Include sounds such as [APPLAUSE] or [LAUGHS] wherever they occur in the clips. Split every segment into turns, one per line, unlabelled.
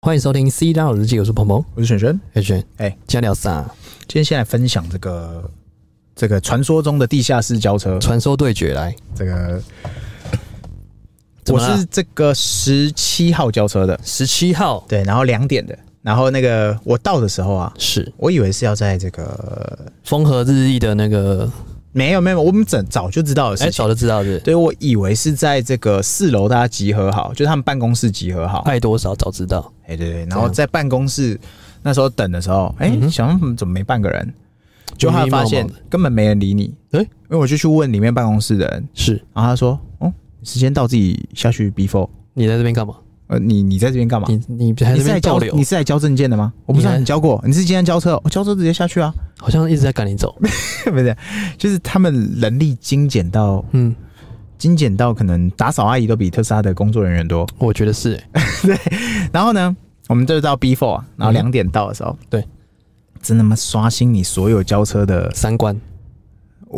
欢迎收听《C 大佬日记》，我是鹏鹏，
我是璇璇。
黑轩，
哎
今天聊啥？
今天先来分享这个这个传说中的地下室交车。
传说对决来，
这个
怎
我
么啦
是这个十七号交车的，
十七号
对，然后两点的。然后那个我到的时候啊，
是
我以为是要在这个
风和日丽的那个，
没有没有，我们整早就知道的
哎、
事情。
早就知道是
对，我以为是在这个四楼大家集合好，就是他们办公室集合好。
爱多少早知道，
哎，对对，然后在办公室那时候等的时候，
嗯
哎、想说怎么没半个人，就他发现
迷迷茫茫的
根本没人理你。
哎
因为我就去问里面办公室的人，
是
然后他说：“哦，时间到，自己下去 before。
你在这边干嘛？
呃，你你在这边干嘛？
你你还在这
你是来
边
交
逗留
你，是来交证件的吗？我不是啊
你来
很交过，你是今天交车，我交车直接下去啊， [LAUGHS]
好像一直在赶你走，
不是？就是他们人力精简到
嗯，
精简到可能打扫阿姨都比特斯拉的工作人员多。
我觉得是、哎
然后呢，我们就到 before 啊，然
嗯
后两点到的时候，
对，
真他妈刷新你所有交车的
三关，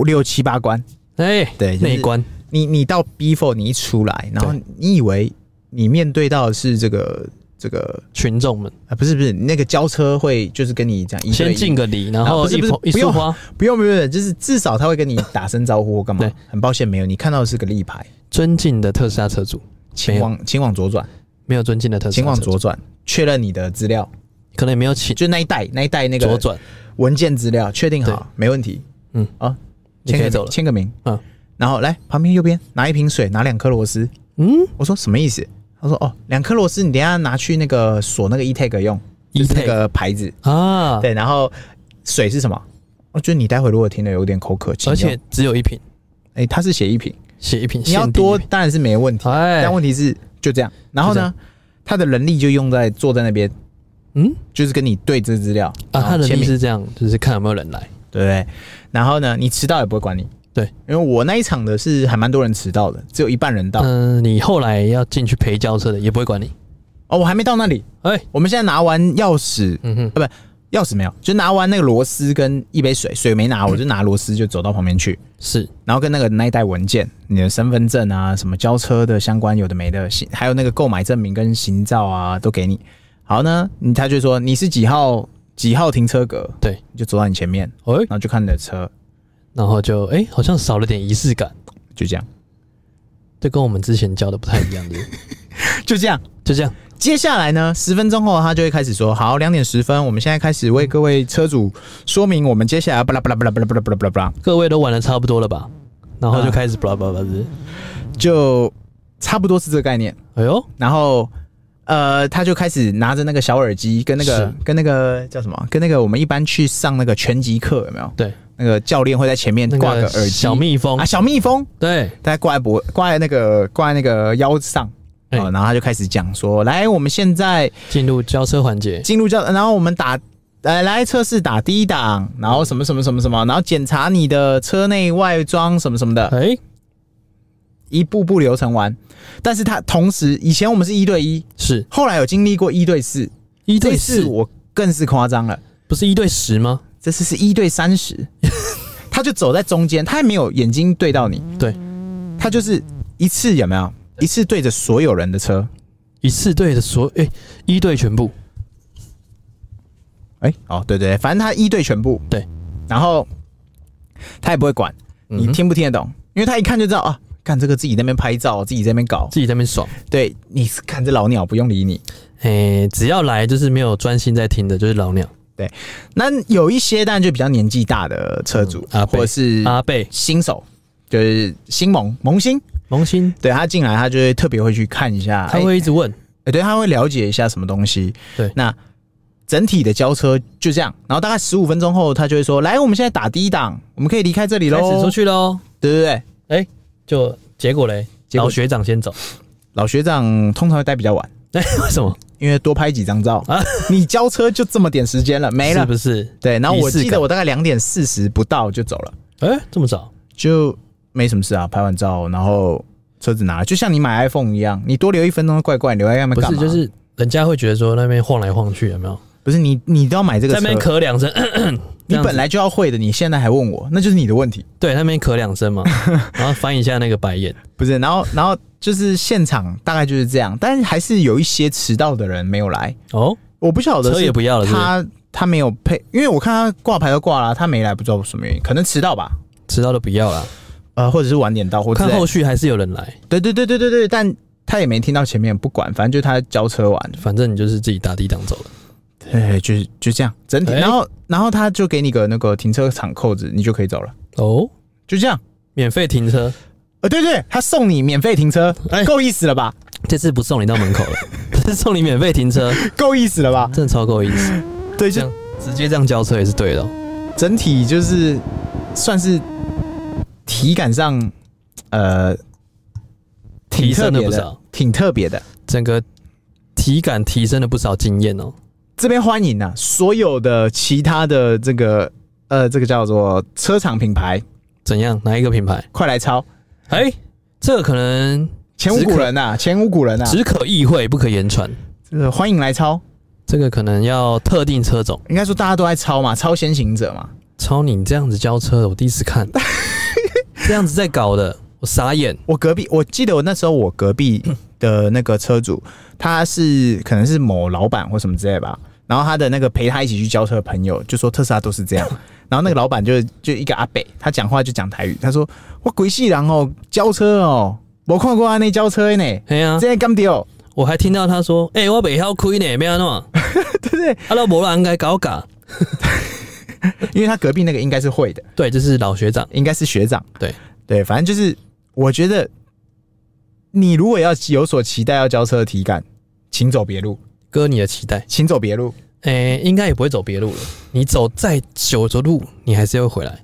六七八关。
哎、
对就是
内关，
你你到 before 你一出来，然后
对
你以为你面对到的是这个这个
群众们
啊，不是不是，那个交车会就是跟你讲一对
先
一
敬，个礼，然
啊
后
不是
一
不是
捧一束
不用
花，
不用不用，不用就是至少他会跟你打声招呼或干嘛
对。
很抱歉，没有，你看到的是个立牌，
尊敬的特斯拉车主，
请往请往左转，
没有尊敬的特斯
请
拉
往
车主，
左转，确认你的资料，
可能也没有请
就那一带那一带那
左
个
转，
文件资料，确定好，没问题。
嗯，
啊，
你
签
可以
个
走
名
了，
签个名，
嗯
然后来旁边右边拿一瓶水，拿两颗螺丝。
嗯
我说什么意思？他说哦，两颗螺丝你等一下拿去那个锁那个 e-tag 用，就是那
E-tag
个牌子。
E 啊，
对，然后水是什么？我觉得你待会如果听了有点口渴，请
而
用
且只有一瓶，
哎、它是写一瓶，
写一瓶，
你要
限定一
多
瓶，
当然是没问题，
哎
但，问题是就这样。然后
就这
呢，他的人力就用在坐在那边，
嗯
就是跟你对这资料
啊，他的
签
意
名，
思是这样，就是看有没有人来，
对不对？然后呢，你迟到也不会管你，
对，
因为我那一场的是还蛮多人迟到的，只有一半人到。
嗯、你后来要进去陪轿车的也不会管你，
哦，我还没到那里，
哎、
我们现在拿完钥匙，
嗯哼，
啊不，钥匙没有，就拿完那个螺丝跟一杯水，水没拿，我就拿螺丝就走到旁边去。
是
然后跟那个那一袋文件，你的身份证啊，什么交车的相关有的没的，行还有那个购买证明跟行照啊，都给你。好呢，你他就说你是几号几号停车格，
对，
你就走到你前面，
哎、
然后就看你的车，
然后就哎、好像少了点仪式感，
就这样，
这跟我们之前教的不太一样
[LAUGHS]
的，
就这样。
就这样，
接下来呢，十分钟后他就会开始说，好，两点十分，我们现在开始为各位车主说明我们接下来巴拉巴拉巴拉巴拉巴拉巴拉巴拉巴拉，
各位都玩的差不多了吧？然后就
啊
开始 blah blah blah，是
就差不多是这个概念。
哎呦，
然后呃，他就开始拿着那个小耳机，跟那个
是
跟那个叫什么，跟那个我们一般去上那个拳击课有没有？
对，
那个教练会在前面
那
挂个
个
耳机，
小蜜蜂，
啊，小蜜蜂，
对，
他挂在脖，挂在那个挂在那个腰上。
哎
哦，然后他就开始讲说：“来，我们现在
进入交车环节，
进入教，然后我们打，呃，来测试打第一档，然后什么什么什么什么，然后检查你的车内外装什么什么的，
哎、
一步步流程完。但是他同时，以前我们是一对一，
是
后来有经历过一对四，
一
这
对
次
四，
我更是夸张了，
不是一对十吗？
这次是一对
[LAUGHS]
三十，他就走在中间，他也没有眼睛对到你，
对，
他就是一次有没有？一次对着所有人的车，
一次对的所，哎、一对全部，
哎、哦，对对对，反正他一对全部，
对，
然后他也不会管
嗯
你
哼
听不听得懂，因为他一看就知道啊，干这个自己在那边拍照，自己在那边搞，
自己在那边爽。
对，你是看这老鸟不用理你。
诶、只要来就是没有专心在听的，就是老鸟
那有一些当然就比较年纪大的车主，
嗯阿伯
或者是
阿贝、
新手，就是新萌萌新，
萌新，
对他进来，他就会特别会去看一下，
他
哎
会一直问，
哎对，他会了解一下什么东西。
对
那整体的交车就这样，然后大概十五分钟后，他就会说：“来，我们现在打第一档，我们可以离开这里
开始
喽
出。去喽。”
对对对，
诶、就结果嘞，
结果
老学长先走， [LAUGHS]
老学长通常会待比较晚，
哎、为什么？
因为多拍几张照。
啊
你交车就这么点时间了，没了
是。不是？
对，然后我
仪式感
记得我大概两点四十不到就走了，
哎、这么早？
就没什么事啊。拍完照，然后车子拿了，就像你买 iPhone 一样，你多留一分钟怪怪，留在那边
不
干
是，
嘛？
就是人家会觉得说那边晃来晃去，有没有？
不是你，你都要买这个
在那边
车，
咳两声，咳咳这
[COUGHS] 你
样子
本来就要会的，你现在还问我，那就是你的问题。
对，在那边咳两声
[LAUGHS]
嘛，然后翻一下那个白眼，
不是，然后然后就是现场大概就是这样，但是还是有一些迟到的人没有来，
哦，
我不晓得
车
是
也不要了是不是
他他没有配，因为我看他挂牌都挂了，他没来不知道什么原因，可能迟到吧，
迟到都不要了。
呃，或者是晚点到，或者
看
之类
后续还是有人来，
对对对对对对，但他也没听到前面，不管，反正就是他交车完，
反正你就是自己打低档走了。
对，就是就这样，整体，
哎
然后然后他就给你个那个停车场扣子，你就可以走了，
哦，
就这样。
免费停车，
呃，对对，他送你免费停车，
哎
够意思了吧？
这次不送你到门口了， [LAUGHS] 这次送你免费停车，
够意思了吧？
真的超够意思。
对，
这
就
样直接这样交车也是对的哦、
整体就是算是体感上，呃，挺
提
特
升了
别
不
的，
少，
挺特别的。
整个体感提升了不少经验哦、
这边欢迎啊，所有的其他的这个呃，这个叫做车厂品牌，
怎样？哪一个品牌？
快来抄，
哎、这个可能
前无古人呐、前无古人呐、
只可意会，不可言传。
这个欢迎来抄。
这个可能要特定车种。
应该说大家都在抄嘛，抄先行者嘛。
超你这样子交车的，我第一次 [LAUGHS] 看，这样子在搞的，我傻眼。
我隔壁，我记得我那时候我隔壁的那个车主，他是可能是某老板或什么之类吧。然后他的那个陪他一起去交车的朋友就说特斯拉都是这 [LAUGHS] 样。然后那个老板就就一个阿北，他讲话就讲台语，他说我鬼戏狼哦，交车哦，我看过安内交车的呢，
哎呀、
这样干掉。
我还听到他说：“哎、我北晓亏呢，没安弄。” [LAUGHS] 对对，阿拉伯人该搞搞。
因为他隔壁那个应该是会的，
对，这是老学长。
应该是学长。
对
对，反正就是我觉得你如果要有所期待要交车的体感，请走别路，
哥，你的期待，
请走别路。
哎、应该也不会走别路了。你走再久的路，你还是会回来。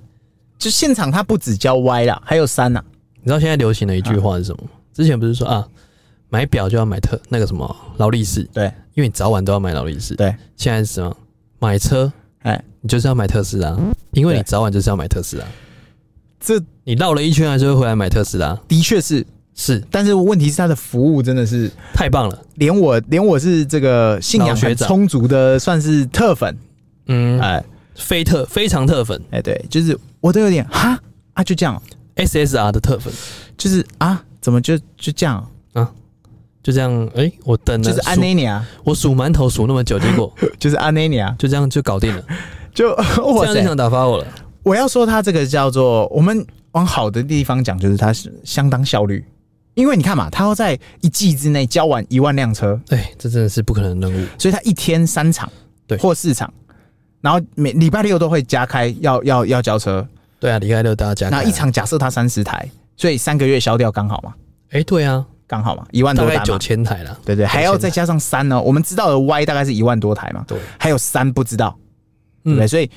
就现场他不止教 Y 啦，还有三啊呐、
你知道现在流行的一句话是什么
嗯
吗？之前不是说啊，买表就要买特那个什么劳力士，
对
因为你早晚都要买劳力士。
对，
现在是什么？买车
哎，
你就是要买特斯拉，因为你早晚就是要买特斯拉。
这
你绕了一圈还啊是会回来买特斯拉，
的确是，
是
但是问题是他的服务真的是
太棒了。
连我连我是这个信仰
老学
很
长
充足的，算是特粉，
嗯，
哎
非特非常特粉
哎对，就是我都有点哈啊就这样哦，
，SSR 的特粉，
就是啊怎么就就这样哦，
就这样。哎、我等了，
就是安
数
内尼啊，
我数馒头数那么久，结
[LAUGHS]
果
就是安内尼啊，
就这样就搞定了，
就 [LAUGHS]
这
哇
样就
塞，
想打发我了。
我要说他这个叫做我们往好的地方讲，就是他是相当效率。因为你看嘛，他要在一季之内交完一万辆车，
哎、这真的是不可能的任务。
所以他一天三场，
对
或四场，然后每礼拜六都会加开，要要要交车，
对啊，礼拜六大家
然
看
后一，场假设他三十台，所以三个月消掉刚好嘛，
哎、对啊，
刚好嘛，一万
大
多
概
台
九
嘛，
千台啦。
对对，还要再
9000台
加上三呢，我们知道的 Y 大概是一万多台嘛，
对，
还有三不知道，对不对？
嗯，
所以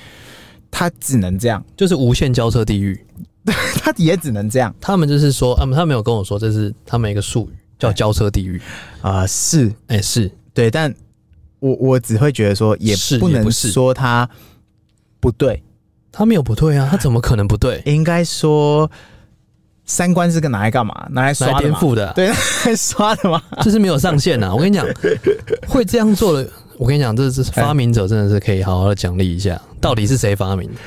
他只能这样， [LAUGHS]
就是无限交车地狱。
他也只能这样
他们就是说，啊他们他们有跟我说，这是他们一个术语叫交车地狱。
啊、是
哎、是
对，但我我只会觉得说，也
是
不
也
能
不是
说他不对，
他没有不对啊，他怎么可能不
[LAUGHS]
对？
应该说三观是个拿来干嘛？拿来
来
刷的
颠
嘛。 [LAUGHS]
覆的啊、
对，刷的吗？
就是没有上限啊呐、我跟你
[LAUGHS]
讲，会这样做的，我跟你讲，这是
哎
发明者真的是可以好好的奖励一下，到底是谁发明的？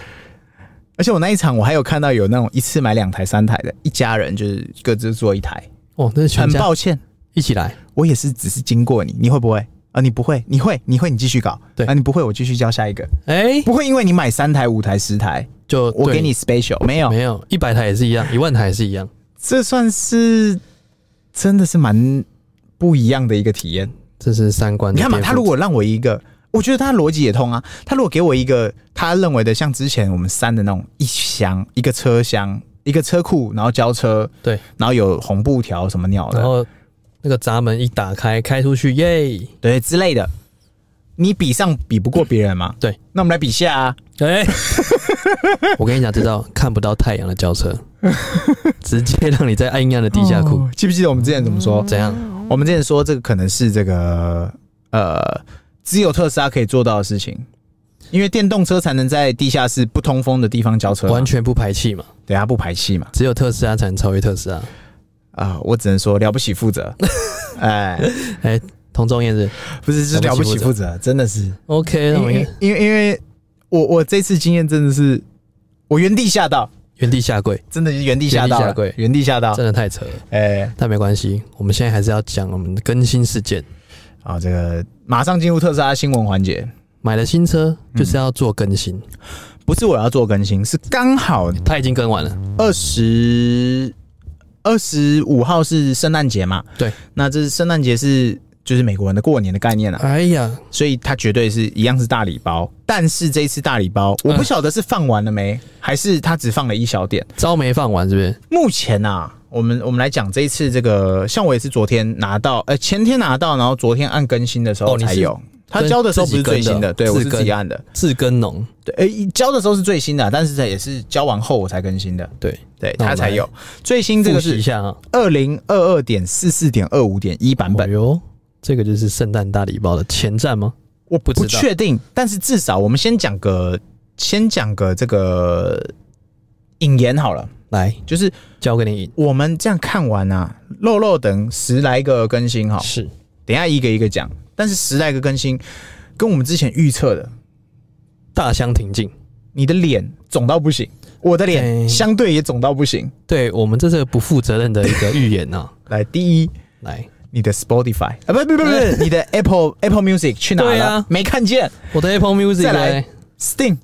而且我那一场我还有看到有那种一次买两台、三台的，一家人就是各自坐一台。
哦，那是全
很
家
抱歉，
一起来，
我也是只是经过你，你会不会？啊，你不会，你会，你会，你继续搞。
对
啊，你不会，我继续教下一个。
哎、
不会，因为你买三台、五台、十台，
就
我
对
给你 special 没有？
没有一百台也是一样，一万台也是一样，
这算是真的是蛮不一样的一个体验。
这是三观的
你
颠
看
覆。
嘛，他如果让我一个，我觉得他逻辑也通啊。他如果给我一个他认为的，像之前我们三的那种一箱一个车厢一个车库，然后交车，
对，
然后有红布条什么鸟
然
的，
后那个闸门一打开，开出去，耶！
对之类的，你比上比不过别人嘛？
对，
那我们来比下啊。
[LAUGHS] 哎、我跟你讲，这叫看不到太阳的轿车，直接让你在暗暗的地下库。
哦记不记得我们之前怎么说？
怎样？
我们之前说这个可能是这个呃，只有特斯拉可以做到的事情。因为电动车才能在地下室不通风的地方交车嘛，
完全不排气嘛，
对它不排气嘛。
只有特斯拉才能超越特斯拉。
[LAUGHS] 啊、我只能说了不起负责。哎，
哎、同中也是哎
不是，是了不起负责，啊真的是。
OK，那
因
我应
为
该
因为因为我我这次经验真的是，我原地吓到，
原地下跪，
真的是原地吓
原
到
地吓跪
了，原地吓到。
啊真的太扯了。
哎，
但没关系，我们现在还是要讲我们的更新事件。
好，啊这个马上进入特斯拉新闻环节。
买了新车就是要做更新，
不是我要做更新，是刚好
它已经更完了。
二十二十五号是圣诞节嘛？
对，
那这是圣诞节是就是美国人的过年的概念啊，
哎呀，
所以它绝对是一样是大礼包，但是这一次大礼包
嗯
我不晓得是放完了没，还是它只放了一小点。
招没放完是不是？
目前啊，我们我们来讲这一次这个，像我也是昨天拿到，呃，前天拿到，然后昨天按更新的时
哦
候
你是
才有。他
跟
交的时候不是最
自己
新
跟的
的，对我是
自跟
自己按的。
自耕农，
对，诶、交的时候是最新的啊，但是这也是交完后我才更新的。
对，
对，
那我
它
们
才
来
有最新这
复
个
习一
是
下啊。
二零二二点四四点二五点一版
哎
本，
呦，这个就是圣诞大礼包的前站吗？
我
不知
不
道
确定，但是至少我们先讲个先讲个这个引言好了，
来，
就是
交给你。
我们这样看完啊，肉肉等十来个更新哈，
是
等一下一个一个讲，但是十来个更新跟我们之前预测的，
大相庭径。
你的脸肿到不行，我的
哎
脸相对也肿到不行。
对我们这是不负责任的一个预言
[LAUGHS]
呐、
来，第一，
来，
你的 Spotify 啊，不不不不，你的 Apple Apple Music 去哪
对
了？
啊
没看见
我的 Apple Music
再来
嘞
Steam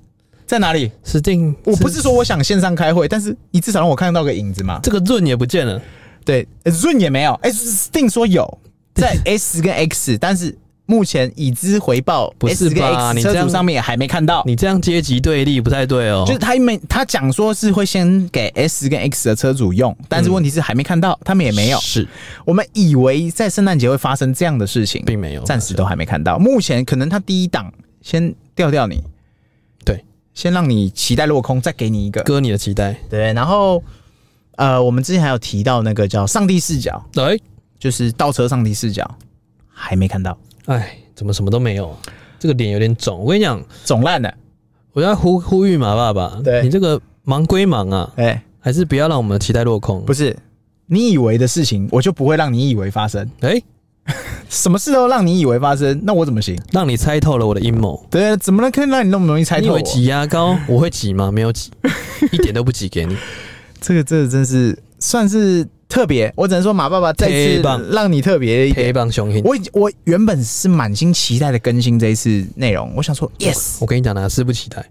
在哪里？
，Steam，
我不是说我想线上开会，但是你至少让我看到个影子嘛。
这个润也不见了，
对呃，Zoom 也没有，哎、s t e a m 说有在 S 跟 X，但是目前已知回报
不是
S 跟
吧你
X
这样
车主上面也还没看到。
你这样阶级对立不太对哦。
就是他们，他讲说是会先给 S 跟 X 的车主用，但是问题是还没看到，他们也没有。
是，
我们以为在圣诞节会发生这样的事情，
并没有
暂时都还没看到。目前可能他第一档先吊吊你，
对，
先让你期待落空，再给你一个。
割你的脐带。
对，然后呃，我们之前还有提到那个叫上帝视角，
来，
就是倒车上帝视角，还没看到，
哎，怎么什么都没有啊？这个脸有点肿。我跟你讲，
肿烂了。
我要呼呼吁马爸爸，
对
你这个忙归忙啊，
哎、
还是不要让我们的期待落空。
不是你以为的事情，我就不会让你以为发生，
哎，
什么事都让你以为发生，那我怎么行？
让你猜透了我的阴谋。
对，啊怎么能可以让你那么容易猜
你以
透我
为？挤牙
[LAUGHS]
膏我会挤吗？没有挤，一点都不挤给你。
这个这个真是算是特别，我只能说马爸爸再
陪
次
伴
让你特 [LAUGHS] 别一点。
陪棒雄心。
我已我原本是满心期待的更新这一次内容，我想说，yes，
我跟你讲，哪是不期待？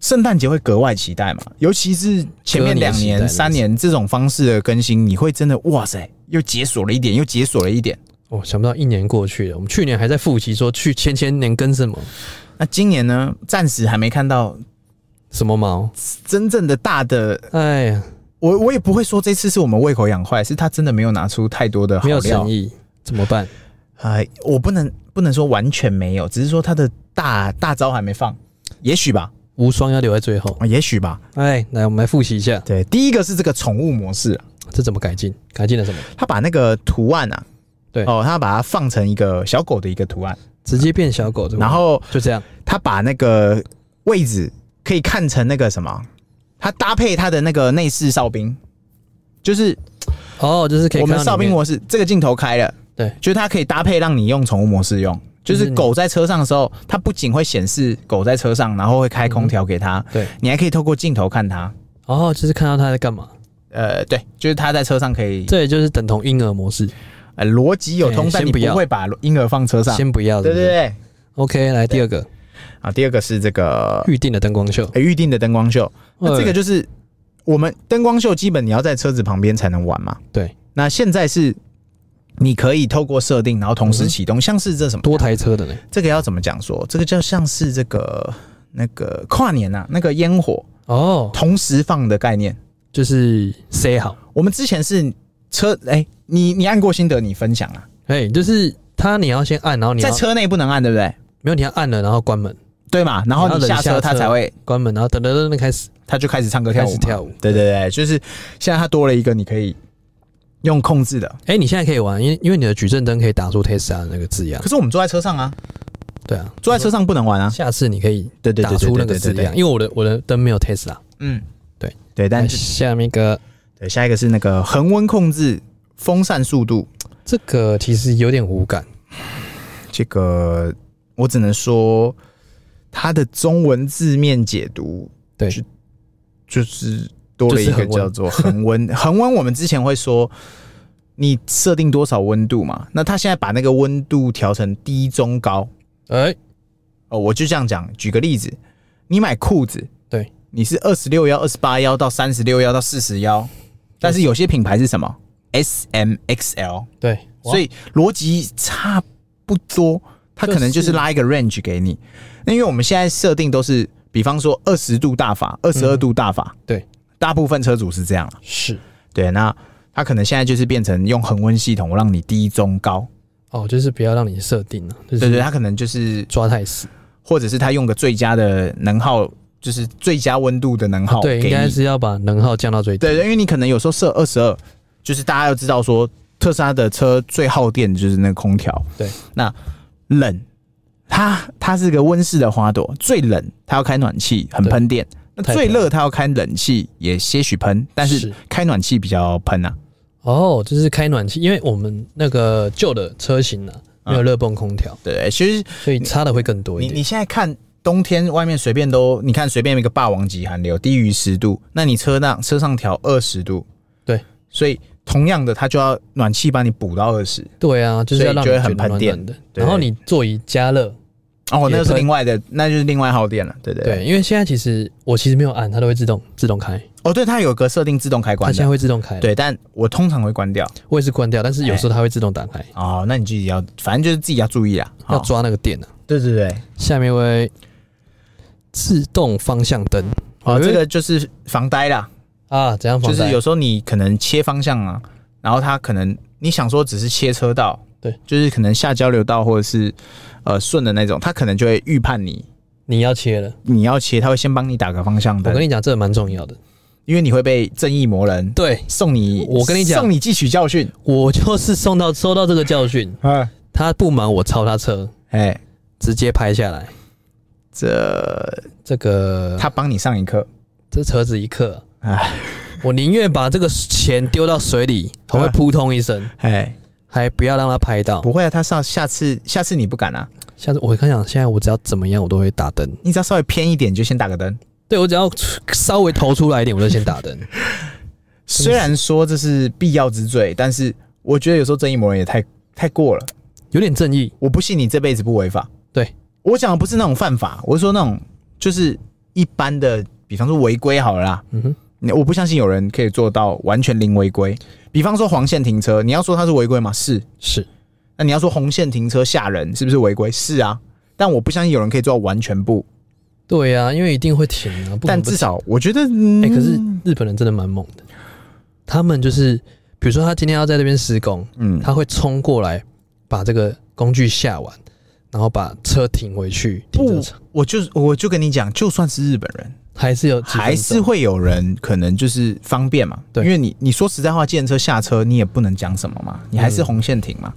圣诞节会格外期待嘛，尤其是前面两
哥你也期待
年、三年这种方式的更新，你会真的哇塞，又解锁了一点，又解锁了一点。
哦，想不到一年过去了，我们去年还在复习说去前前年跟什么
那今年呢，暂时还没看到
什么毛，
真正的大的，
哎呀，
我我也不会说这次是我们胃口养坏，是他真的没有拿出太多的好
没有
料
诚。意，怎么办？
哎，我不能不能说完全没有，只是说他的大大招还没放，也许吧，
无双要留在最后。
啊也许吧。
哎，来，我们来复习一下，
对，第一个是这个宠物模式啊、
这怎么改进？改进了什么？
他把那个图案啊，
对
哦，他把它放成一个小狗的一个图案，
直接变小狗，对吧
然后
就这样，
他把那个位置可以看成那个什么，他搭配他的那个内饰哨兵，就是
哦，就是可以
我
看到
们哨
里
兵
面
模式这个镜头开了，
对，嗯
就是它可以搭配让你用宠物模式用。就
就是
是
你
狗在车上的时候，它不仅会显示狗在车上，然后会开空调给它，
对，
你还可以透过镜头看它。
哦，就是看到它在干嘛，
呃，对，就是它在车上可以，
这也就是等同婴儿模式，
呃，逻辑有
哎
通，但
先
你
不
不
要
会把婴儿放车上。
先不要，
啊对对
不
对，
，OK，来第二个
啊，第二个是这个
预定的灯光秀，
呃预定的灯光秀，那这
哎
个就是我们灯光秀基本你要在车子旁边才能玩嘛。
对
那现在是你可以透过设定，然后同时
嗯
启动，像是这什么
多台车的呢，
这个要怎么讲说？这个就像是这个那个跨年啊，那个烟火
哦，
同时放的概念。
就是塞好。
我们之前是车，哎、你你按过心得，你分享啊，
哎、就是它你要先按，然后你要
在车内不能按，对不对？
没有你要按了，然后关门，
对嘛？然
然
后
后
你
等
下
下
车，它
车
才会，
关门，然后噔噔噔噔开始
它就开始唱歌跳
开
舞
始
嘛。
跳舞。
对对对，就是现在它多了一个你可以用控制的。
哎、你现在可以玩，因为因为你的矩阵灯可以打出 Tesla 的那个字样
可。是我们坐在车上啊，
对啊，
坐在车上不能玩啊。
下次你可以
对对
打
对对
出那
对
个
对
字
对
样，
对，
因为我的我的灯没有 Tesla。
嗯，
对
对，但
哎
是
下面一个
对下一个是那个恒温控制风扇速度，
这个其实有点无感，
这个我只能说，它的中文字面解读
对
就就是多了一个叫做恒温。 [LAUGHS] 恒温我们之前会说，你设定多少温度嘛？ [LAUGHS] 那他现在把那个温度调成低、中、高。
哎，
哦，我就这样讲，举个例子，你买裤子，
对，
你是二十六腰、二十八腰到三十六腰到四十腰，但是有些品牌是什么 S M X L，
对，
所以逻辑差不多，它可能就是拉一个 range 给你。那因为我们现在设定都是，比方说二十度大法、二十二度大法，
对，
大部分车主是这样啊
是
对，那它可能现在就是变成用恒温系统，我让你低、中、高。
哦，就是不要让你设定了，就
对对，
是
它可能就是
抓太死。
或者是他用个最佳的能耗，就是最佳温度的能耗给
对，
你。
应该是要把能耗降到最低。
对对，因为你可能有时候设二十二，就是大家要知道说，特斯拉的车最耗电的就是那个空调。
对，
那冷，它它是个温室的花朵，最冷它要开暖气，很喷电；那
太
最
喷了
热它要开冷气，也些许喷，但是
是
开暖气比较喷啊。
哦，就是开暖气，因为我们那个旧的车型呢、啊、没有热泵空调，
对，其实
所以差的会更多一
你你
点。
现在看冬天外面随便都，你看随便一个霸王级寒流低于十度，那你车上车上调二十度，
对，
所以同样的它就要暖气把你补到二十。
对啊，就是要让你
所以
觉
就会
得
很
暖
盘电
暖的。
对
然后你座椅加热，
哦，那
也
个是
喷
另外的，那就是另外耗电了，对对
对，因为现在其实我其实没有按，它都会自动自动开，
哦，对，它有个设定自动开
它
关
现在
的，
会自动开。，
对，哎但我通常会关掉。
我也是关掉，但是有时候它会自动打开，
哦，那你自己要，反正就是自己要注意啦。
要
哦
抓那个电啊。
对对对，
下面为自动方向灯
哦，
因
这
为
个就是防呆啦，
啊，怎样防
就
呆？
是有时候你可能切方向啊，然后它可能你想说只是切车道，
对，
就是可能下交流道或者是呃顺的那种，它可能就会预判你
你要切了。
你要切，它会先帮你打个方向
我跟
灯，
你讲，这个蛮重要的。
因为你会被正义魔人
对
送你，
我跟你讲
送你汲取教训。
我就是送到收到这个教训，
啊，
他不满我超他车，
哎，
直接拍下来。
这
这个
他帮你上一课，
这车子一刻，
哎
[LAUGHS] 我宁愿把这个钱丢到水里，它
嗯
会扑通一声，
哎。
还不要让他拍到。
不会啊，他上下次下次你不敢啊，
下次我跟你讲，现在我只要怎么样，我都会打灯。
你只要稍微偏一点就先打个灯。
对我只要稍微投出来一点，我就先打灯。
虽然说这是必要之罪，但是我觉得有时候正义魔人也太太过了。
有点正义，
我不信你这辈子不违法。
对
我讲的不是那种犯法，我是说那种就是一般的，比方说违规好了啦。
嗯哼，
你我不相信有人可以做到完全零违规。比方说黄线停车，你要说它是违规吗？是。
是
那你要说红线停车吓人，是不是违规？是啊。但我不相信有人可以做到完全不。
对呀、因为一定会停啊。不可
但
能不
至少我觉得，嗯
哎、可是日本人真的蛮猛的，他们就是比如说他今天要在这边施工，
嗯，
他会冲过来把这个工具下完，然后把车停回去停车
不
场，，
我就是我就跟你讲，就算是日本人，
还是有几分钟
还是会有人可能就是方便嘛。
对
因为你你说实在话，电车下车你也不能讲什么嘛，你还是
嗯
红线停嘛。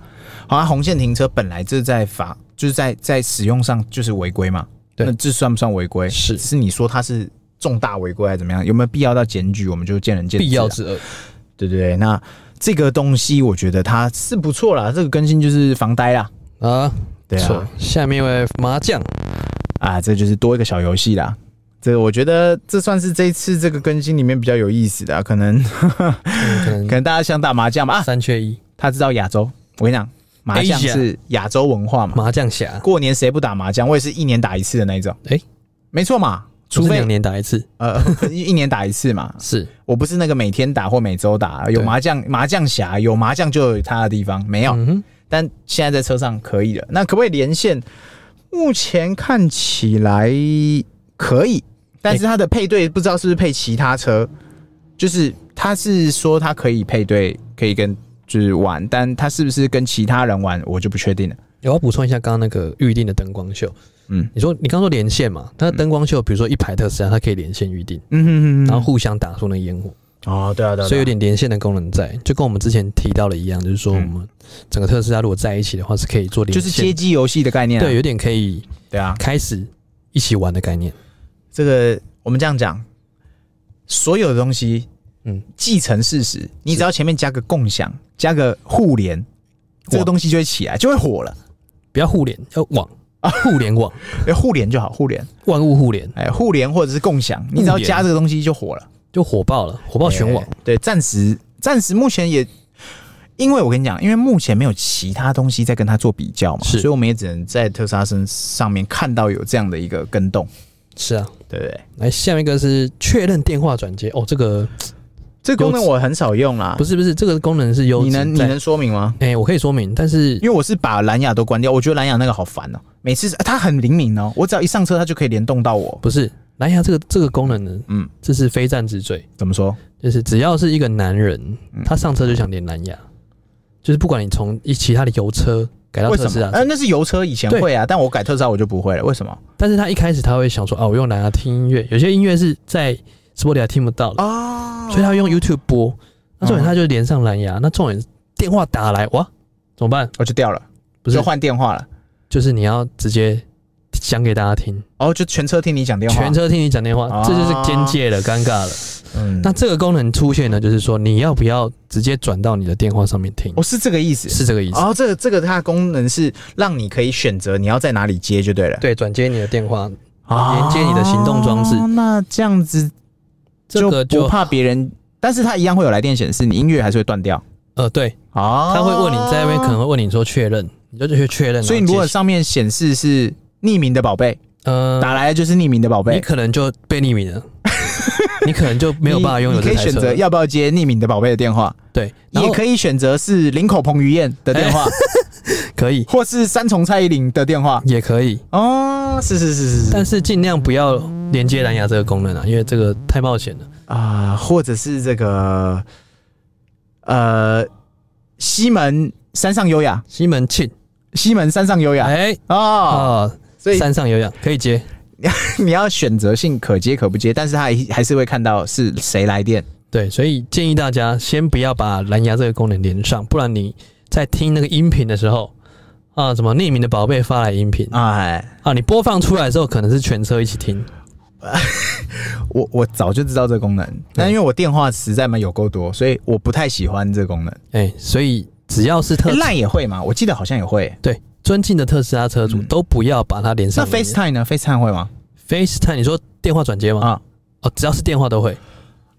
好啊，红线停车本来就是在法，就是在在使用上就是违规嘛。
对
那这算不算违规？
是
只是你说它是重大违规还是怎么样？有没有必要到检举？我们就见仁见智、啊。
必要之恶。
对对对。那这个东西我觉得它是不错啦，这个更新就是防呆啦。
啊，
对啊
错。。下面一位麻
[LAUGHS]
将，
啊，这就是多一个小游戏啦。这个我觉得这算是这一次这个更新里面比较有意思的啊、
[LAUGHS]
可能可
嗯可能
能大家想打麻将吧啊，
三缺一，
他知道亚洲，我跟你讲，麻将
Asia
是亚洲文化嘛，
麻将侠，
过年谁不打麻将？我也是一年打一次的那一种，
诶
没错嘛，除
除非
非
两年打一次，
呃 [LAUGHS] 一一年打一次嘛，
是
我不是那个每天打或每周打，有
对
麻将麻将侠有麻将就有他的地方，没有，
嗯哼，
但现在在车上可以了。那可不可以连线？目前看起来可以，但是它的配对不知道是不是配其他车，就是他是说他可以配对，可以跟就是玩，但他是不是跟其他人玩，我就不确定了。
我要补充一下刚刚那个预定的灯光秀，
嗯
你说你刚说连线嘛，它灯光秀，比如说一排特斯拉，它可以连线预定，
嗯哼哼
然后互相打出那个烟火，
哦，对啊对啊，
所以有
点
点连线的功能在，就跟我们之前提到的一样，就是说我们整个特斯拉如果在一起的话，是可以做连
嗯就
线，
是街机游戏的概念、啊。
对，有点可以
对啊，
开始一起玩的概念。
这个我们这样讲，所有的东西，
嗯
嗯，既成事实，你只要前面加个共享，加个互联，这个东西就会起来，就会火了。
不要互联，要
[LAUGHS]
网互联网，
哎，互联就好，互联，
万物互联
哎，互联或者是共享，你只要加这个东西就火了，
就火爆了，火爆全网
哎。对，暂时暂时目前也。因为我跟你讲，因为目前没有其他东西在跟它做比较嘛，
是
所以我们也只能在特斯拉身上面看到有这样的一个跟动，
是啊，
对不对？
来下面一个是确认电话转接哦，这个
这个功能我很少用啦
不，是不是这个功能是优
啊你
质在，
能你能说明吗？
哎、我可以说明，但是
因为我是把蓝牙都关掉，我觉得蓝牙那个好烦哦、每次、啊它很灵敏哦、我只要一上车它就可以联动到我。
不是蓝牙这个这个功能呢，
嗯，
这是非战之罪，
怎么说？
就是只要是一个男人，
嗯
他上车就想连蓝牙，就是不管你从一其他的油车改到
为
特
什
斯
么？
拉，
呃，那是油车以前
对
会啊，但我改特斯拉我就不会了。为什么？
但是他一开始他会想说啊，我用蓝牙听音乐，有些音乐是在 Spotify 听不到的，
哦
所以他用 YouTube 播。那重点
嗯
他就连上蓝牙，那重点电话打来哇，怎么办？
我就掉了，
不是
就，换电话了。
就是你要直接讲给大家听，
哦，就全车听你讲电话。
全，车听你讲电话
啊，
这就是边界了，尴尬了。
嗯，
那这个功能出现呢，就是说你要不要直接转到你的电话上面听，
哦是这个意思。
是这个意思。
哦，这个这个它的功能是让你可以选择你要在哪里接就对了。
对，转接你的电话，
啊，
连接你的行动装置
哦那这样子
这个
不
就
怕别人，但是它一样会有来电显示，你音乐还是会断掉。
呃，对，
哦，
他会问你在那边可能会问你说确认，你就去确认。
所以
然后
如果
接
上面显示是匿名的宝贝，
呃
打来的就是匿名的宝
你
贝，
可能就被匿名了，你可能就没有办法拥有
你
这
你可
台
以选
车
择
了。
要不要接匿名的宝贝的电话，
对，然
也
后
可以选择是林口彭于晏的
[LAUGHS]
电话，
可以，
或是三重蔡依林的电话。
也可以，
哦，是是是是是
但是尽量不要连接蓝牙这个功能啊，因为这个太冒险了。
啊、或者是这个呃西门山上优雅，
西门庆，
西门山上优雅
哎
哦，
啊，
啊所以
山上有氧可以接，
[LAUGHS] 你要选择性可接可不接，但是他还还是会看到是谁来电。
对，所以建议大家先不要把蓝牙这个功能连上，不然你在听那个音频的时候。啊，什么匿名的宝贝发来音频
哎，
啊？你播放出来的时候，可能是全车一起听，
我我早就知道这个功能，但因为我电话实在嘛有够多，所以我不太喜欢这个功能。
哎、所以只要是特
欸、Line 也会吗？我记得好像也会。
对尊敬的特斯拉车主，都不要把它连
嗯
上
那
蓝牙。
FaceTime 呢？FaceTime 会吗？
FaceTime，你说电话转接吗？
啊，
哦，只要是电话都会，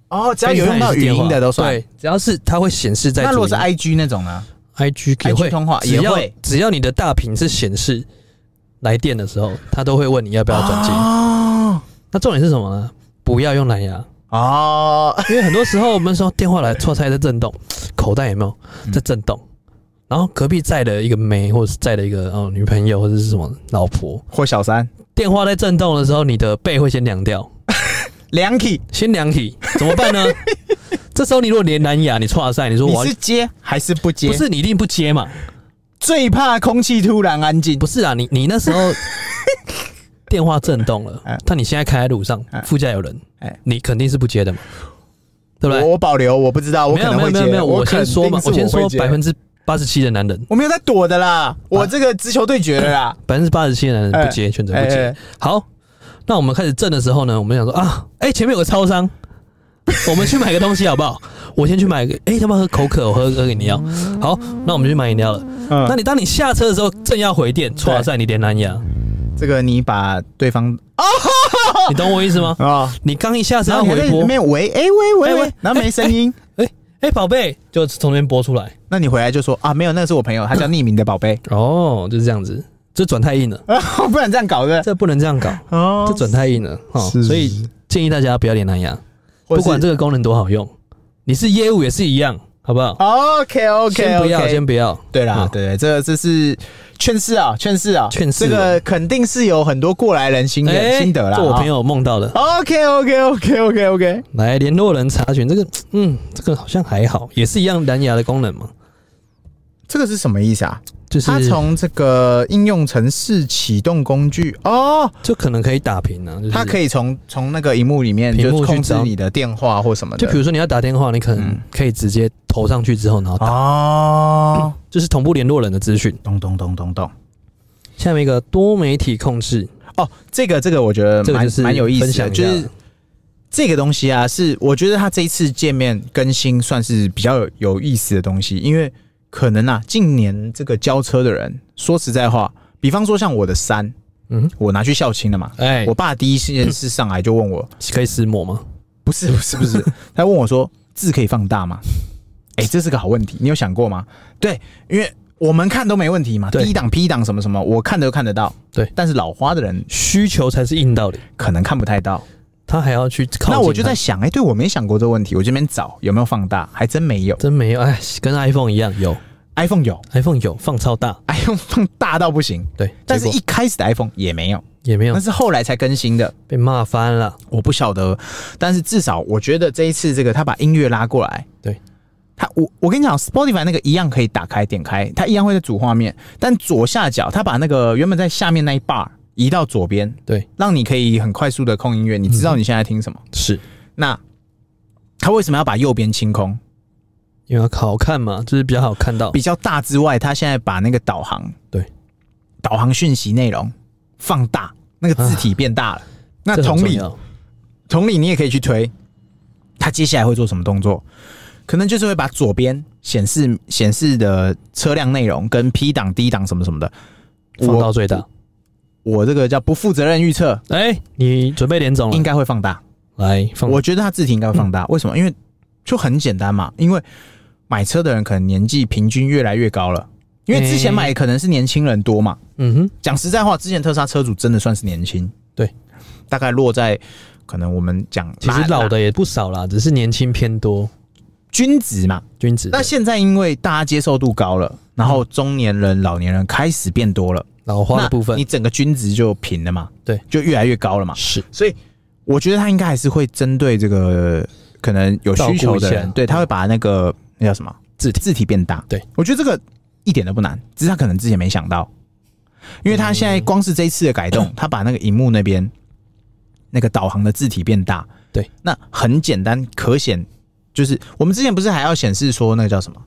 哦，只要有用到
FaceTime 也
语
是电话
音的都算。
对，只要是它会显示在主音。
那如果是 IG 那种呢？
IG 也会
IG 通话
只要
也会
只要你的大屏是显示来电的时候，它都会问你要不要转接。
哦
那重点是什么呢？不要用蓝牙，
哦，
因为很多时候我们说电话来，错菜在震动，口袋有没有在震动？然后隔壁在的一个妹，或者是在的一个哦女朋友，或者是什么老婆，
或小三
电话在震动的时候，你的背会先凉掉，
两 key，
先凉体，怎么 [LAUGHS] 办呢？这时候你如果连蓝牙，你错赛，你说
你
我要
是接还是不接？
不是你一定不接嘛？
最怕空气突然安静
不。是啊，你你那
[LAUGHS]
时候电话震动了
哎，
但你现在开在路上，副驾有人
哎，
你肯定是不接的嘛，对不对？
我我保留，我不知道，我
没
可
有
能
没
会
有没
接。
有没有，我先
肯定
说嘛，
是
我先
会
说
接
百分之啊八十七的男人，
我没有在躲的啦，我这个直球对决
[COUGHS]
的啦。
百分之八十七的男人不接，选择不
哎
接
哎。
好，那我们开始震的时候呢，我们想说啊，哎，前面有个超
[LAUGHS]
商，我们去买个东西好不好？我先去买个，哎，要不要喝可口？我喝喝饮料。好，那我们去买饮料了。
嗯
那你当你下车的时候，正要回电，错在你连蓝牙，
这个你把对方
你懂我意思吗？
啊，
你刚一下车
然
要
后你还
回
在里
拨，
面喂，哎喂喂
哎
喂
喂，
然后没声 [LAUGHS] 音，
哎、哎，宝、贝，就从那边播出来。
那你回来就说啊，没有，那个是我朋友，他叫匿名的宝 [LAUGHS] 贝，
哦，就是这样子，这转太硬了，
哦不然这样搞的
这不能这样搞，这
哦。
转太硬了哦。
是
所以建议大家不要点蓝牙，
或
不
是
管这个功能多好用，你是业务也是一样，好不好
OK 哦 OK
先不要，
OK，
先不要。
对啦
嗯，
对对，这个这是劝世啊，劝世啊，
劝世
这个肯定是有很多过来人心的
哎
心得啦。哦
这我朋友梦到的。
OK OK OK OK OK，
来联络人查询这个，嗯，这个好像还好，也是一样蓝牙的功能嘛，
这个是什么意思啊？
就是
它从这个应用程式启动工具哦，
就可能可以打屏啊，就是
它可以从从那个荧幕里面
屏
就
幕去
控制
找
你的电话或什么的，
就比如说你要打电话，你可
嗯
能可以直接投上去之后，然后打，
哦，
就是同步联络人的资讯。
咚咚咚咚咚。
下面一个多媒体控制，
哦，这个这个我觉得
这个
呃蛮
就是
蛮有意
分
思
享
的，
一
就
下
是这个东西啊，是我觉得它这一次界面更新算是比较有有意思的东西，因为可能啊，近年这个交车的人，说实在话，比方说像我的三，
嗯
嗯，我拿去校庆了嘛，
哎
我，爸第一时间是上来就问我，
可以撕膜吗？
不是不是不
[LAUGHS]
是，他问我说字可以放大吗？哎、这是个好问题，你有想过吗？对，因为我们看都没问题嘛，
对
第一档、P 档什么什么，我看都看得到。
对
但是老花的人
需求才是硬道理，
可能看不太到。
他还要去靠近它。
那我就在想，哎、对我没想过这个问题，我这边找有没有放大，还真没有。
真没有，哎，跟 iPhone 一样，有
iPhone 有
iPhone 有放超大，
[LAUGHS] ，iPhone 放大到不行，
对，
但是
结果
一开始的 iPhone 也没有，
也没有
那是后来才更新的。
被骂翻了。
我不晓得，但是至少我觉得这一次这个他把音乐拉过来，
对
他我我跟你讲，Spotify 那个一样可以打开点开，它一样会在主画面，但左下角他把那个原本在下面那一 bar 移到左边，
对，
让你可以很快速的控音乐，你知道你现在听什么。
是
那他为什么要把右边清空？
因为好看嘛，就是比较好看到。
比较大之外，他现在把那个导航
对
导航讯息内容放大，那个字体变大了。那
啊这很
同
重
理，
要
同理，你也可以去推，他接下来会做什么动作？可能就是会把左边显示显示的车辆内容跟 P 档、D 档什么什么的，
放到最大。
我这个叫不负责任预测，
哎、你准备脸肿
应
了？
该会放大。
来放
我觉得它字体应该会放
嗯
大，为什么？因为就很简单嘛，因为买车的人可能年纪平均越来越高了，因为之前
诶
买可能是年轻人多嘛，
嗯哼，
讲实在话，之前特斯拉车主真的算是年轻，
对，
大概落在可能我们讲
其实
拉
老
拉
的也不少啦，只是年轻偏多，
君子嘛。
君子的。
那现在因为大家接受度高了，然后中年人、老年人开始变多了，
老嗯花
那
的部分
你整个均值就平了嘛，
对，
就越来越高了嘛。
是
所以我觉得他应该还是会针对这个可能有需求的
照顾一下，
人对，他会把那个那叫什么
字体
字体变大。
对，
我觉得这个一点都不难，只是他可能之前没想到，因为他现
嗯
在光是这一次的
[COUGHS]
改动，他把那个荧幕那边那个导航的字体变大。
对，
那很简单可显，就是我们之前不是还要显示说那个叫什么？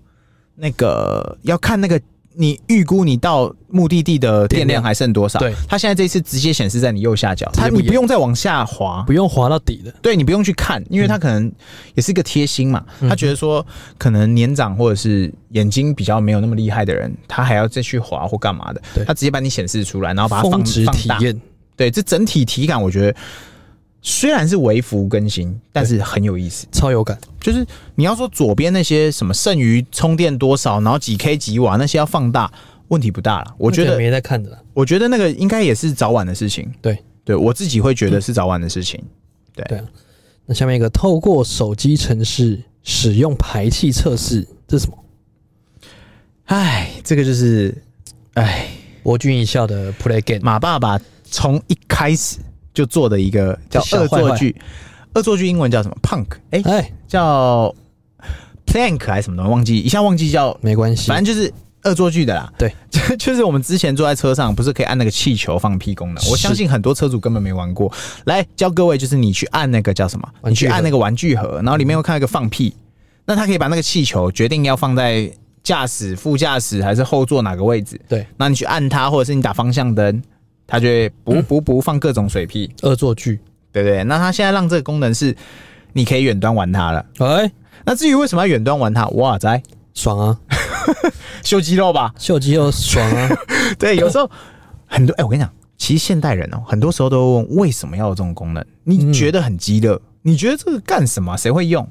那个要看那个你预估你到目的地的电
电
量
量
还剩多少？
对，
它现在这一次直接显示在你右下角，
直接
它
不
你
演
不用再往下滑，
不用滑到底的，
对你不用去看，
嗯
因为他可能也是一个贴心嘛，他觉得说可能年长或者是眼睛比较没有那么厉害的人，他还要再去滑或干嘛的
对，
他直接把你显示出来，然后把它
峰
放
值
放
体
大。
验
对，这整体体感我觉得虽然是微幅更新，但是很有意思。
超有感。
就是你要说左边那些什么剩余充电多少，然后几 K 几瓦那些要放大，问题不大了。我觉
那个
得，
没在看的啦，
我觉得那个应该也是早晚的事情。
对，
对我自己会觉得是早晚的事情。
对啊。那下面一个，透过手机程式使用排气测试，这是什么？
唉，这个就是，唉，
博君一笑的 Play Game，
马爸爸从一开始就做的一个叫
小
恶
坏
作
坏
剧，恶作剧英文叫什么？Punk，哎、
哎，
叫 Plank 还是什么东西？忘记一下，忘记叫，
没关系，
反正就是恶作剧的啦。
对，
[LAUGHS] 就就是我们之前坐在车上，不是可以按那个气球放屁功能？我
是
相信很多车主根本没玩过。来教各位，就是你去按那个叫什么？
玩
你去
具盒
按那个玩具盒，然后里面会看到一个放屁，那他可以把那个气球决定要放在驾驶、副驾驶还是后座哪个位置。
对，
那你去按它，或者是你打方向灯，它就会
嗯
补补补放各种水屁，
恶作剧。
对不对？那它现在让这个功能是你可以远端玩它了。
哎，
那至于为什么要远端玩它，哇塞，
爽啊，
秀肌肉吧？
秀肌肉爽啊，
对，有时候很多哎、我跟你讲，其实现代人哦，很多时候都问为什么要有这种功能？你
嗯
觉得很鸡肋，你觉得这个干什么啊？谁会用？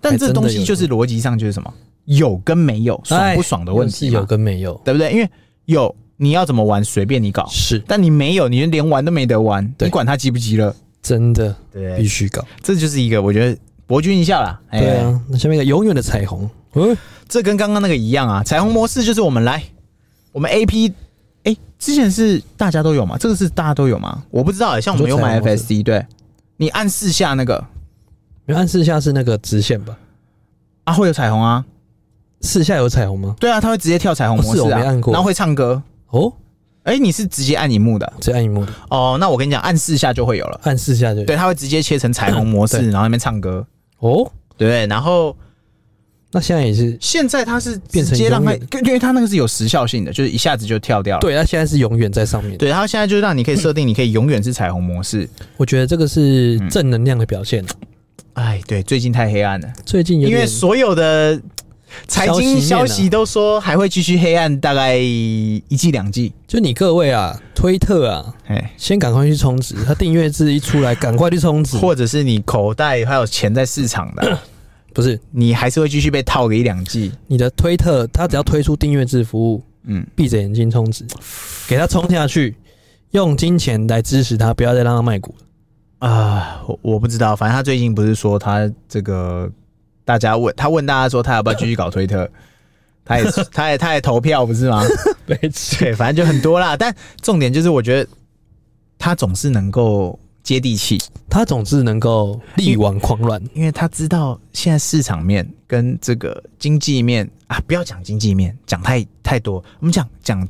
但
还
这
哎真的
东西
有
就是逻辑上就是什么有跟没有， [LAUGHS] 爽
哎
不爽的问题
又是有
嘛，
跟没有，
对不对？因为有你要怎么玩随便你搞，
是
但你没有，你连玩都没得玩，
对
你管它急不急了？
真的必
对，
须搞。
这就是一个我觉得博君一笑啦。哎
对，啊，那下面一个永远的彩虹，嗯，
这跟刚刚那个一样啊，彩虹模式就是我们来，我们 A P，哎、之前是大家都有吗？这个是大家都有吗？我不知道、欸，像我们有买
你说彩虹
F
模式
S D，对你按四下那个
你按四下是那个直线吧？
啊，会有彩虹啊，
四下有彩虹吗？
对啊，它会直接跳彩虹模
哦
式
是
啊，
哦没按过
然后会唱歌。
哦，
哎、你是直接按荧幕的
直接按荧幕的，
哦？那我跟你讲，按四下就会有了。
按四下就
对，它会直接切成彩虹模
嗯
式，
对
然后那边唱歌。
哦。
对，然后
那现在也是
现在它是直
变成
接让它
永远，
因为它那个是有时效性的，就是一下子就跳掉了。
对，它现在是永远在上面。
对，它现在就让你可以设定，你可以永远是彩虹模式。
我觉得这个是
嗯
正能量的表现。
哎，对，最近太黑暗了，
最近有
因为
点
所有的财
消息
经
面啊
消息都说还会继续黑暗，大概一季两季。
就你各位啊，推特啊，
哎，
先赶快去充值，它订阅制一出来，赶快去充值。
或者是你口袋还有钱在市场的， [CLEARS THROAT]
不是
你还是会继续被套个一两季。
你的推特，它只要推出订阅制服务，
嗯，
闭着眼睛充值，给它充下去，用金钱来支持它，不要再让它卖股了。
啊、我我不知道，反正他最近不是说他这个，大家问他问大家说他要不要继续搞推 [LAUGHS] 特，他也他也他也投票不是 [LAUGHS] 吗？
没错，
对，反正就很多啦。但重点就是，我觉得他总是能够接地气，
它总是能够力挽狂澜。
因为他知道现在市场面跟这个经济面啊，不要讲经济面，讲太太多，我们讲讲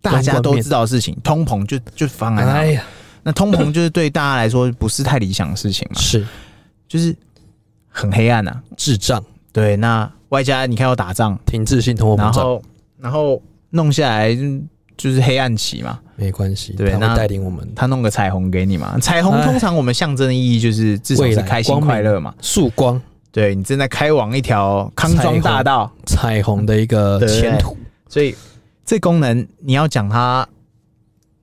大家
宏观
都
面
知道的事情，通膨就就方案、
哎
啊，
呀，
那通膨就是对大家来说不是太理想的事情嘛，
是
就是很黑暗啊。
智障，
对，那外加你看要打仗，
停滞性通货
然
膨胀，
后然后弄下来嗯就是黑暗期嘛，
没关系，
对
它
那
会带领我们
他弄个彩虹给你嘛。彩虹
哎
通常我们象征的意义就是至少
未
是
来
开心
光明
快乐嘛。
曙光
对你正在开往一条康庄大道，
彩虹的一个
对
前途。
所以这功能你要讲它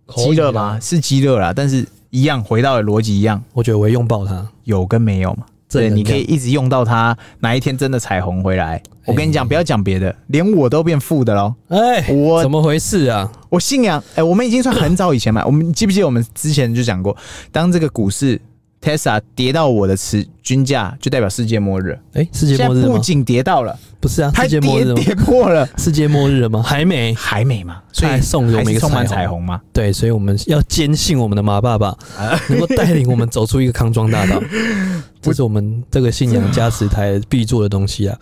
口
激
语
热
啊
吗？？是激热啦，但是一样回到逻辑一样，
我觉得我会拥抱它。
有跟没有嘛。对，
正能
你可
量
以一直用到它，哪一天真的彩虹回来，我跟你讲，
哎
不要讲别的，连我都变负的喽。
哎，
我
怎么回事啊？
我信仰，哎、我们已经算很早
[COUGHS]
以前买。我们记不记得我们之前就讲过，当这个股市 Tesla 跌到我的持均价，就代表世界末日。
哎，世界
现
末
在
日
不
吗？
仅跌到了，
不是啊，
它
世界
跌
末日吗？
跌 [LAUGHS] 破了，
世界末日了吗？还没。
还没嘛？所
所以
以
送给我
还
们一
是
个
充满
彩
彩
虹。
虹嘛？
对，所以我们要坚信我们的马爸爸
啊
能够带领我们走出一个康庄大道，
[LAUGHS]
这是我们这个信仰加持台必做的东西啊。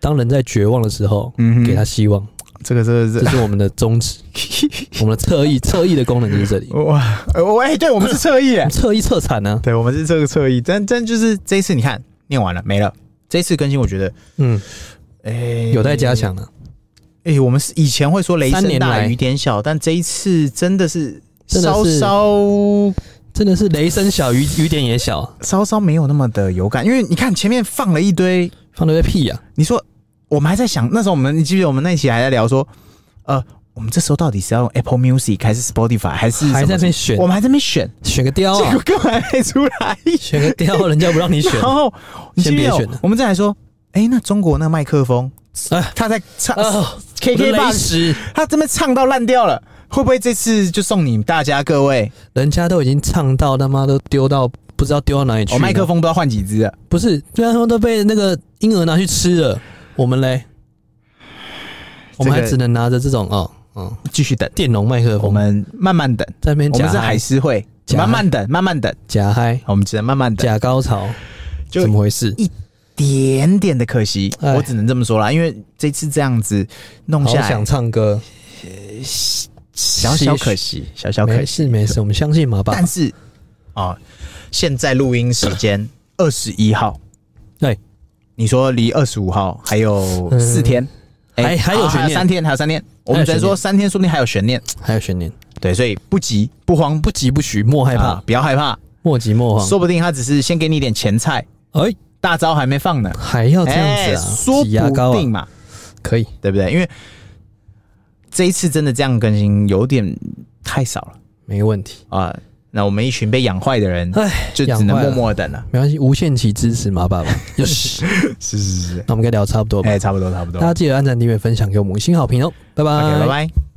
当人在绝望的时候，
嗯哼
给他希望，
这个这个这
这
个
是我们的宗旨。
[LAUGHS]
[LAUGHS] 我们的侧翼，侧翼的功能就是这里，我
哇！呃我哎、对我们是侧翼耶
们，侧翼侧产啊呢、
[LAUGHS] 对我们是这个侧翼。但但就是这一次，你看念完了没了。这一次更新，我觉得
嗯，
哎、
有待加。强呢、啊
哎、我们是以前会说雷
三
声
年
大
来
雨点小，但这一次真的是
真的
稍
是
稍
真的是雷声小，雨雨点也小啊，
稍稍没有那么的有感，因为你看前面放了一堆，
放的个屁啊呀、
你说我们还在想，那时候我们你记不记得我们那一期还在聊说，呃，我们这时候到底是要用 Apple Music 还是 Spotify 还是
还在那
那
边选
我们还在那边选，
选个雕
结
啊
果，根本还没出来。
选个雕，人家不让你选，
[LAUGHS] 然后你记不记
先别
得
选了
我们再来说，哎、那中国那麦克风，
哎
他在唱、
啊，
KK
雷
box，
石，
他这边唱到烂掉了，会不会这次就送你大家各位，
人家都已经唱到他妈都丢到不知道丢到哪里去
哦，
了，
麦克风都要换几支了？
不是，对啊，他们都被那个婴儿拿去吃了，我们嘞，我们还只能拿着这种哦，嗯，
继续等，
电容麦克风，
我们慢慢等，
在那边嗯
我
假
们是
嗨
海，狮会，
假
慢慢等，慢慢等。
假嗨，
我们只能慢慢等，
假高潮，
就
怎么回事？
点点的可惜，
哎
我只能这么说啦。因为这次这样子弄
好
下
想
来，
唱歌，
小小可惜，小小可
没
惜。
事没事，我们相信马爸
但，是哦，现在录音时间二十一号，
对，
你说离二十五号还有
嗯
四天，
还
哎
还有
好
悬念
三天，还有三天。我们只
还有悬
能说
念
三天，说不定还有悬念。
还有悬念，
对，所以不急不慌，
不急不徐，莫害怕嗯
啊，，不要害怕，
莫急莫慌，
说不定他只是先给你点前菜，
哎，
大招还没放呢。
还要 [LAUGHS] 这样
哎，
子啊，
说
挤牙膏
不
啊
定，嘛。
可以，
对不对？因为这一次真的这样更新有点太少了
没问题，
啊。那我们一群被养坏的人，
哎，
就
养
只能
坏了
默默地等了。
没关系，无限期支持马爸爸，有事，
是是是，
那我们该聊差不多吧
哎、。差不多差不多。
大家记得按赞、订阅、分享给我们五星好评哦，拜拜，
OK，拜拜。